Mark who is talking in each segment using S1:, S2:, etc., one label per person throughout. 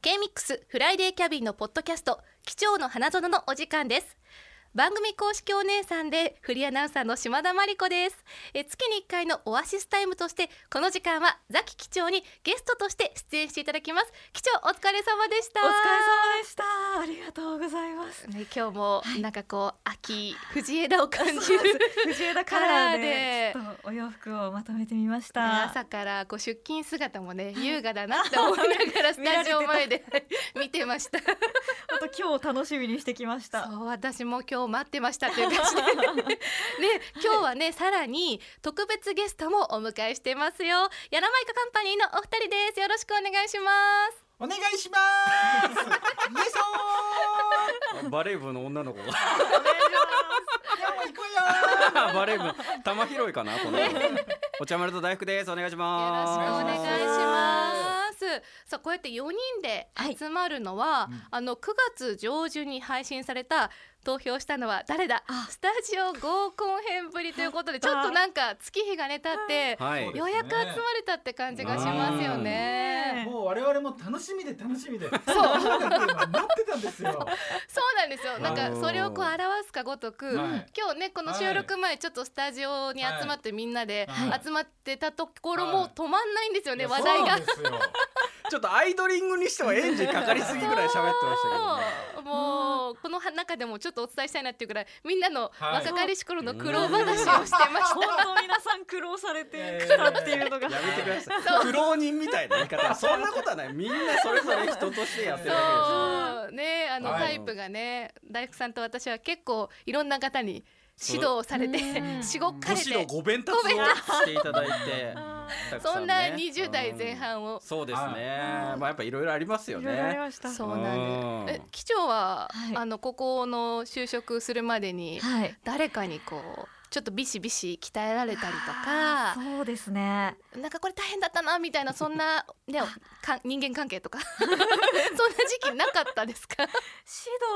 S1: K ミックスフライデーキャビンのポッドキャスト機長の花園のお時間です番組公式お姉さんでフリーアナウンサーの島田真理子ですえ月に1回のオアシスタイムとしてこの時間はザキ機長にゲストとして出演していただきます機長お疲れ様でした
S2: お疲れ様でしたありがとうございま す
S1: ね、今日もなんかこう、秋藤枝を感じる
S2: そうです藤枝カラーで
S1: カ
S2: ちょっとお洋服をまとめてみまし
S1: ね
S2: た
S1: 朝からこう出勤姿もね優雅だなって思いながらス
S2: 見ら
S1: タ
S2: れ
S1: ジ
S2: てた
S1: オ前で 見てました
S2: あと今日楽しみにしてきました
S1: そう私も今日待ってましたっていう感じで ね今日はねさらに特別ゲストもお迎えしてますよ柳舞香カンパニーのお二人ですよろしくお願いします
S3: お願いします。イエソ
S4: バレー部の女の子が
S3: ー。今日も行くよ
S4: バレー部の玉拾いかなこのお茶丸と大福ですお願いし
S1: よろ
S4: ます
S1: しくお願いしますさあこうやって4人で
S2: はい
S1: 集まるのは、あの9月上旬に配信された投票したのは誰だ
S2: あ
S1: スタジオ合コン編ぶりということでちょっとなんか月日がね経って、
S4: は
S3: そう
S4: い
S3: です
S1: ようやく集まれたって感じがしますよね。
S3: もう我々も楽しみで楽しみで。そう。待ってたんですよ。
S1: そうなんですよ。なん
S4: あ
S1: か
S4: ー
S1: それをこう表すかごとく、
S3: はい
S1: 今日ねこの収録前ちょっとスタジオに集まってみんなで
S3: はい
S1: 集まってたところ
S3: はい
S1: もう止まんないんですよね、話題が。
S3: そうですよ。
S4: ちょっとアイドリングにしてはエンジンかかりすぎぐらい喋ってましたけどね
S1: そうもうこの中でもちょっとお伝えしたいなっていうぐらいみんなの
S3: はい
S1: 若かりし頃の苦労話をしてました。
S2: 本当皆さん苦労されてきたっていうのが
S4: やめてください苦労人みたいな言い方そんなことはないみんなそれぞれ人としてやってるだ
S1: そうねあの
S3: はい
S1: タイプがね大福さんと私は結構いろんな方に指導されて
S2: うん
S1: しご
S4: け
S1: か
S4: ですむ
S1: れ
S4: し
S1: て
S4: ろご弁達をしていただいてたくさ
S1: そんな
S4: ね
S1: 20代前半を
S4: うんそうですねまあやっぱいろいろありますよ
S2: いろいろあり
S4: ね
S2: ました
S1: そうなんです
S4: う。ん
S1: え、機長は、
S2: はい
S1: あのここの就職するまでに、
S2: はい
S1: 誰かにこう。ちょっとビシビシ鍛えられたりと
S2: あ
S1: か
S2: ーそうですね
S1: なんかこれ大変だったなみたいなそん な、ね、か人間関係とか そんな時期なかったです か
S2: 指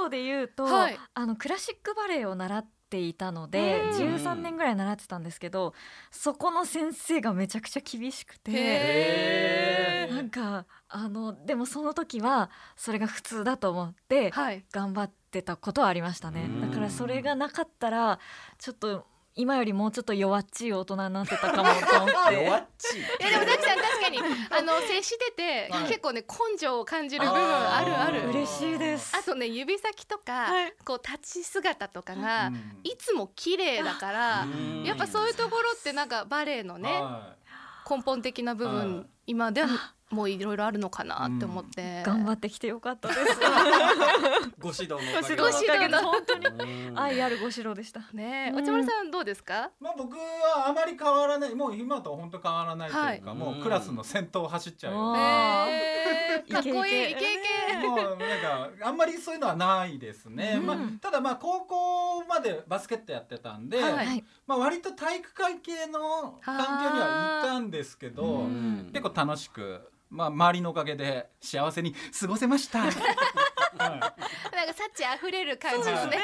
S2: 導で言うと、
S1: はい
S2: あのクラシックバレエを習っていたので
S1: うん
S2: 13年ぐらい習ってたんですけどそこの先生がめちゃくちゃ厳しくて
S1: へ
S2: なんかあのでもその時はそれが普通だと思って
S1: はい
S2: 頑張ってたことはありましたね
S4: うん
S2: だからそれがなかったらちょっと今よりもうちょっと弱っちい大人になってたかもと思 って
S4: 弱っちい
S1: いやでもザキさん確か にあの接してて、
S3: はい
S1: 結構ね根性を感じる部分あるある
S2: ー嬉しいです
S1: あとね指先とか、
S2: はい
S1: こう立ち姿とかが、
S3: うん
S1: いつも綺麗だから、
S4: うん
S1: やっぱそういうところってなんかバレエのね
S3: は
S1: 根本的な部分、
S3: はい
S1: 今ではもういろいろあるのかなって思って、
S2: 頑張ってきてよかったです
S4: ご指導のおかげで
S1: ご指導の
S2: 本当に
S4: うん
S2: 愛あるご指導でした
S1: ねえ
S2: うん
S1: 内村さんどうですか
S3: い。まあ僕はあまり変わらない。もう今と本当変わらないという
S4: は
S3: か、
S4: い
S3: もうクラスの先頭を走っちゃうような。
S2: あー
S1: えーかっこいいイケイ
S2: イケイ
S1: ケ
S2: ケ
S3: もうなんかあんまりそういうのはないですね、
S2: うん
S3: まあ、ただまあ高校までバスケットやってたんで、
S1: はい
S2: はい
S3: まあ、割と体育会系の環境にはいたんですけ
S4: う
S3: ど
S4: ん
S3: 結構楽しく、まあ、周りのおかげで幸せに過ごせ ました。はい
S1: なんか幸あふれる感じの ね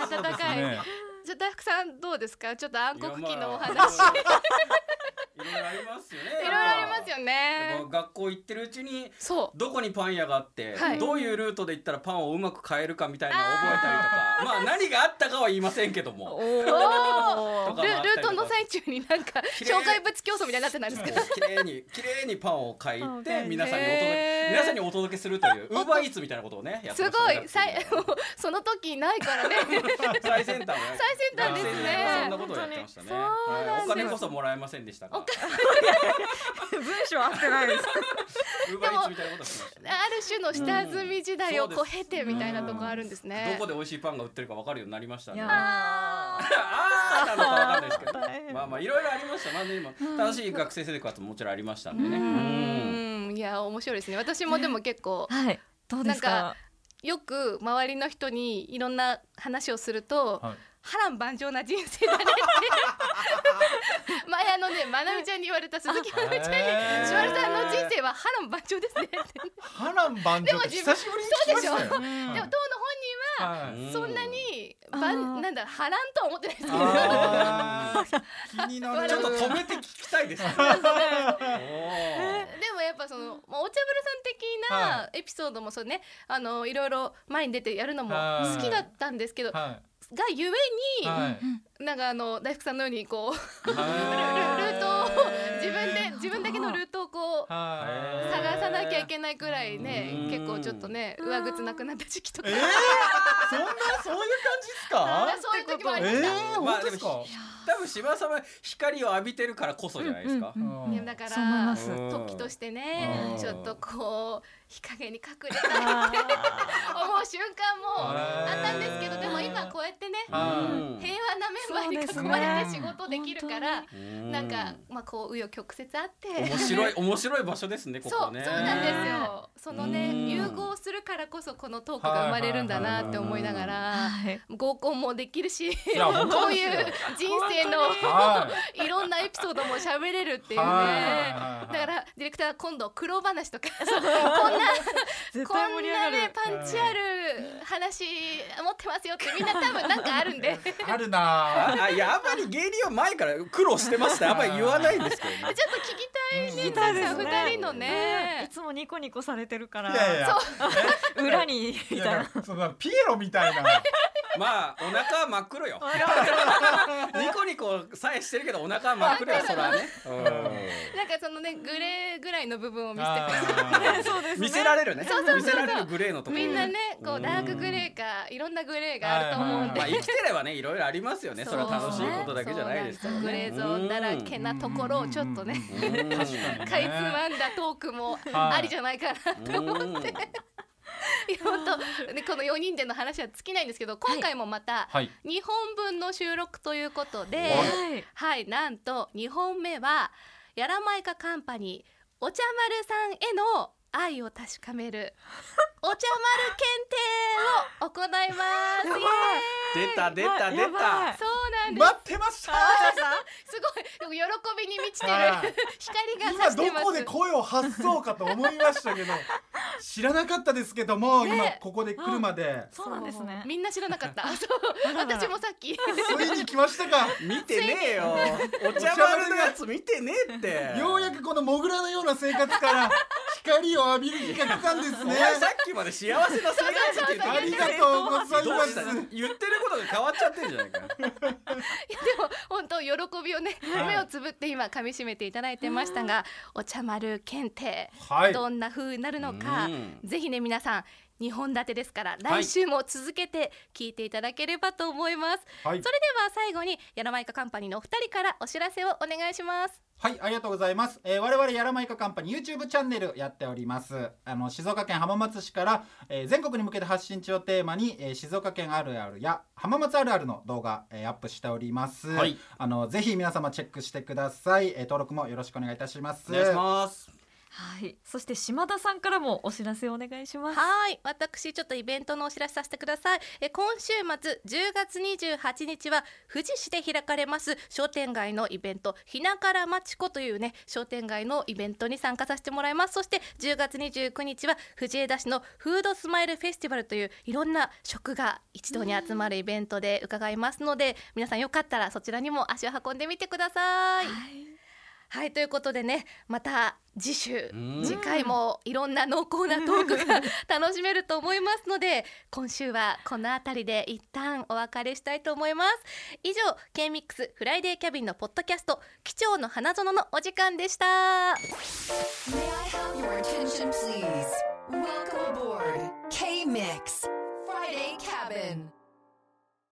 S1: 温かい、
S3: そうですね
S1: じゃあ大福さんどうですかちょっと暗黒期のお話い
S4: い
S1: ろいろ
S4: ろいろありますよね
S1: ありますよね
S4: 学校行ってるうちに
S1: そ
S4: どこにパン屋があって、
S1: はい
S4: どういうルートで行ったらパンをうまく買えるかみたいなのを覚えたりとか まあ何があったかは言いませんけども
S1: うお
S4: と か
S1: ー
S4: も
S1: ル
S4: あったり
S1: ルー
S4: とか
S1: トの最中になんか
S4: 綺麗
S1: 障害物競争みたいになってないですか
S4: もう綺麗に綺麗にパンを買い
S2: パンを
S4: って
S2: 買い
S4: 皆さんにお届
S1: へー
S4: け皆さんにお届けすると いうウーバーイーツみたいなことをねやって
S1: す
S4: ました
S1: ご
S4: ね
S1: いさい その時ないからね
S4: 最先端をや
S1: 最先端ですね
S4: 学生の頃はそんなことをやってましたね、
S1: 本当にそうなんで
S4: はい、お
S1: すよ
S4: 金こそもらえませんでしたが
S2: 文章合ってないです
S4: ウーバーイーツみたいなことをしてましたね
S1: ある種の下積み時代をこ
S4: そう
S1: う
S4: です
S1: 経てみたいなとこあるんですね
S4: どこで美味しいパンが売ってるか分かるようになりました
S2: い
S4: ね。
S2: や
S4: あ
S2: ー
S4: あーなのか分かんないです けど
S2: 大変
S4: まあまあいろいろありましたまあね今楽しい学生生活ももちろんありましたんでね
S1: う
S4: うん
S1: んいや面白いですね私もでも結構
S2: はいどうですか
S1: なんよく周りの人にいろんな話をすると、
S3: はい
S1: 波乱万丈な人生だねって 前あのねまなみちゃんに言われた鈴木まなみちゃんに「
S3: へー
S1: しばるさんの人生は波乱万丈ですね」って
S3: 波乱万丈って久しぶりに聞きましたよ。
S1: そう
S2: う
S1: で
S2: ん
S1: も当の本
S3: はい
S1: 人はそんなに
S2: うん
S1: ば
S2: あ
S1: ん
S2: ー
S1: なんだ波乱とは思ってないですけど
S3: あー気になる
S4: ちょっと止めて聞きたいですね。おー
S1: でもやっぱその、まあ、お茶ぶるさん的なエピソードもそうねあのいろいろ前に出てやるのも好きだったんですけど、
S3: は
S1: がゆえ
S3: い。
S1: に、
S3: はい。
S1: なんかあの大福さんのようにこう
S3: ルル
S1: ルルートを自分で自分だけのルートをこう
S3: はい。
S1: 探さなきゃいけないくらいね
S4: うん
S1: 結構ちょっとね上靴なくなった時期とか、
S4: えー、そんなそういう感じですか
S1: あそういう時もありま
S3: え
S1: した。
S3: えー、
S4: ま
S3: 本
S4: あ
S3: 当ですか。
S4: 多分柴田さんは光を浴びてるからこそじゃないですか、
S2: うんうん
S3: うん
S1: ねだから
S2: そう思います
S4: うん
S1: 時としてね
S4: うん
S1: ちょっとこう日陰に隠れたい
S2: あ
S1: 思う瞬間もあったんですけど
S3: へー
S1: でも今こうやってね
S3: は
S4: うん
S1: 平和なメンバーに囲まれて仕事できるから、
S4: うん
S1: なんかまあこう紆余曲折あって
S4: 面白い面白い場所ですねこ
S1: そうそ
S4: こ
S1: う
S4: ね
S1: なんですよそのね
S4: うん
S1: 融合するからこそこのトークが生まれるんだなって思いながら
S2: はい
S1: 合コンもできるし
S3: や本
S1: こ
S3: 当
S1: う
S3: です
S1: い
S3: よ
S1: う人生の
S3: はい。
S1: いろんなエピソードも喋れるっていうね。
S3: は
S1: だ
S3: い。
S1: か
S3: はい。
S1: らディレクターは今度苦労話とかこんな
S2: 絶対
S1: こ
S2: 盛
S1: ん
S2: り上が
S1: な
S2: る
S1: ねパンチある話持ってますよってみんな多分なんかあるんでちょっ
S3: あるなぁ。
S4: ああいやあんまり芸人は前から苦労してましたあんまり言わないんですけどね
S1: と聞きたいね
S2: 聞きたいですね
S1: 二人の
S2: うんい
S1: ね
S2: つもニコニコされてるから
S3: いやいや。
S2: 裏にい
S3: いや
S2: た
S3: なん
S2: ら
S3: かそのピエロみたいな。
S4: まあお腹は真っ黒よ ニコニコさえしてるけどお腹は真っ黒よそらね、
S1: なんかそのねグレーぐらいの部分を見せてくれる
S3: あ
S2: そうですね
S4: 見せられるね見せられるグレーのところ
S1: みんなねこ
S4: う
S1: うんダークグレーかいろんなグレーがあると思うんで
S4: まあ生きてればねいろいろありますよねそれは楽しいことだけじゃないですから
S1: そう
S4: ね
S1: グレーゾーンだらけなところをちょっとね
S3: うん
S4: うんうん
S1: かいつまんだトークもありじゃないかな本当ねこの4人での話は尽きないんですけど今回もまた
S3: はい。
S1: 2本分の収録ということで
S2: はい
S1: はいなんと2本目はやらまいかカンパニーお茶丸さんへの愛を確かめるお茶丸検定を行い ますイエーイ
S4: 出た出た出
S2: やば
S4: た
S2: い
S1: そうなんです
S3: 待ってました。
S1: すごいでも喜びに満ちてる
S3: はい
S1: 光が
S3: 今
S1: 差して
S3: ど
S1: ます
S3: こで声を発そうかと思いましたけど、知らなかったですけども、今
S1: ね
S3: ここで来るまで
S2: そうなんですね
S1: みんな知らなかったあそう
S2: あらら
S1: 私もさっき
S3: ついに来ましたか。
S4: 見てねえよお茶丸のやつ見てねえって
S3: ようやくこのモグラのような生活から光を浴びる日が来たんです
S4: お
S3: ね
S4: 前。さっきまで幸せな生活って言
S3: あ
S4: って
S3: り
S4: た
S3: がとうござい
S4: ど
S3: ま
S4: うした
S3: す。
S4: 言ってることが変わっちゃってるじゃないか
S1: いやでも本当喜びをね、目をつぶって今噛み締めていただいてましたが、お茶丸検定、
S3: はい。
S1: どんな風になるのか、
S4: うん
S1: ぜひね皆さん2本立てですから
S4: は
S1: 来
S4: い
S1: 週も続けて聞いていただければと思います、
S3: は
S1: それ
S3: い
S1: では最後にやらまいかカンパニーのお二人からお知らせをお願いします
S3: はい、ありがとうございます。えー、我々やらまいかカンパニー YouTube チャンネルやっております。あの静岡県浜松市から、えー全国に向けて発信中をテーマに、えー静岡県あるあるや浜松あるあるの動画、えーアップしております。
S4: はい
S3: あのぜひ皆様チェックしてください。えー登録もよろしくお願いいたします。
S4: お願いします
S2: はいそして島田さんからもお知らせお願いします
S1: はい私ちょっとイベントのお知らせさせてくださいえ今週末10月28日は富士市で開かれます商店街のイベントひなからまちこというね商店街のイベントに参加させてもらいますそして10月29日は藤枝市のフードスマイルフェスティバルといういろんな食が一堂に集まるイベントで伺いますので皆さんよかったらそちらにも足を運んでみてくださいはいということでねまた次週
S4: うん
S1: 次回もいろんな濃厚なトークが楽しめると思いますので 今週はこの辺りで一旦お別れしたいと思います以上 K-MIX フライデーキャビンのポッドキャスト「機長の花園」のお時間でした
S5: May I have your attention, please? Welcome aboard K Mix Friday Cabin.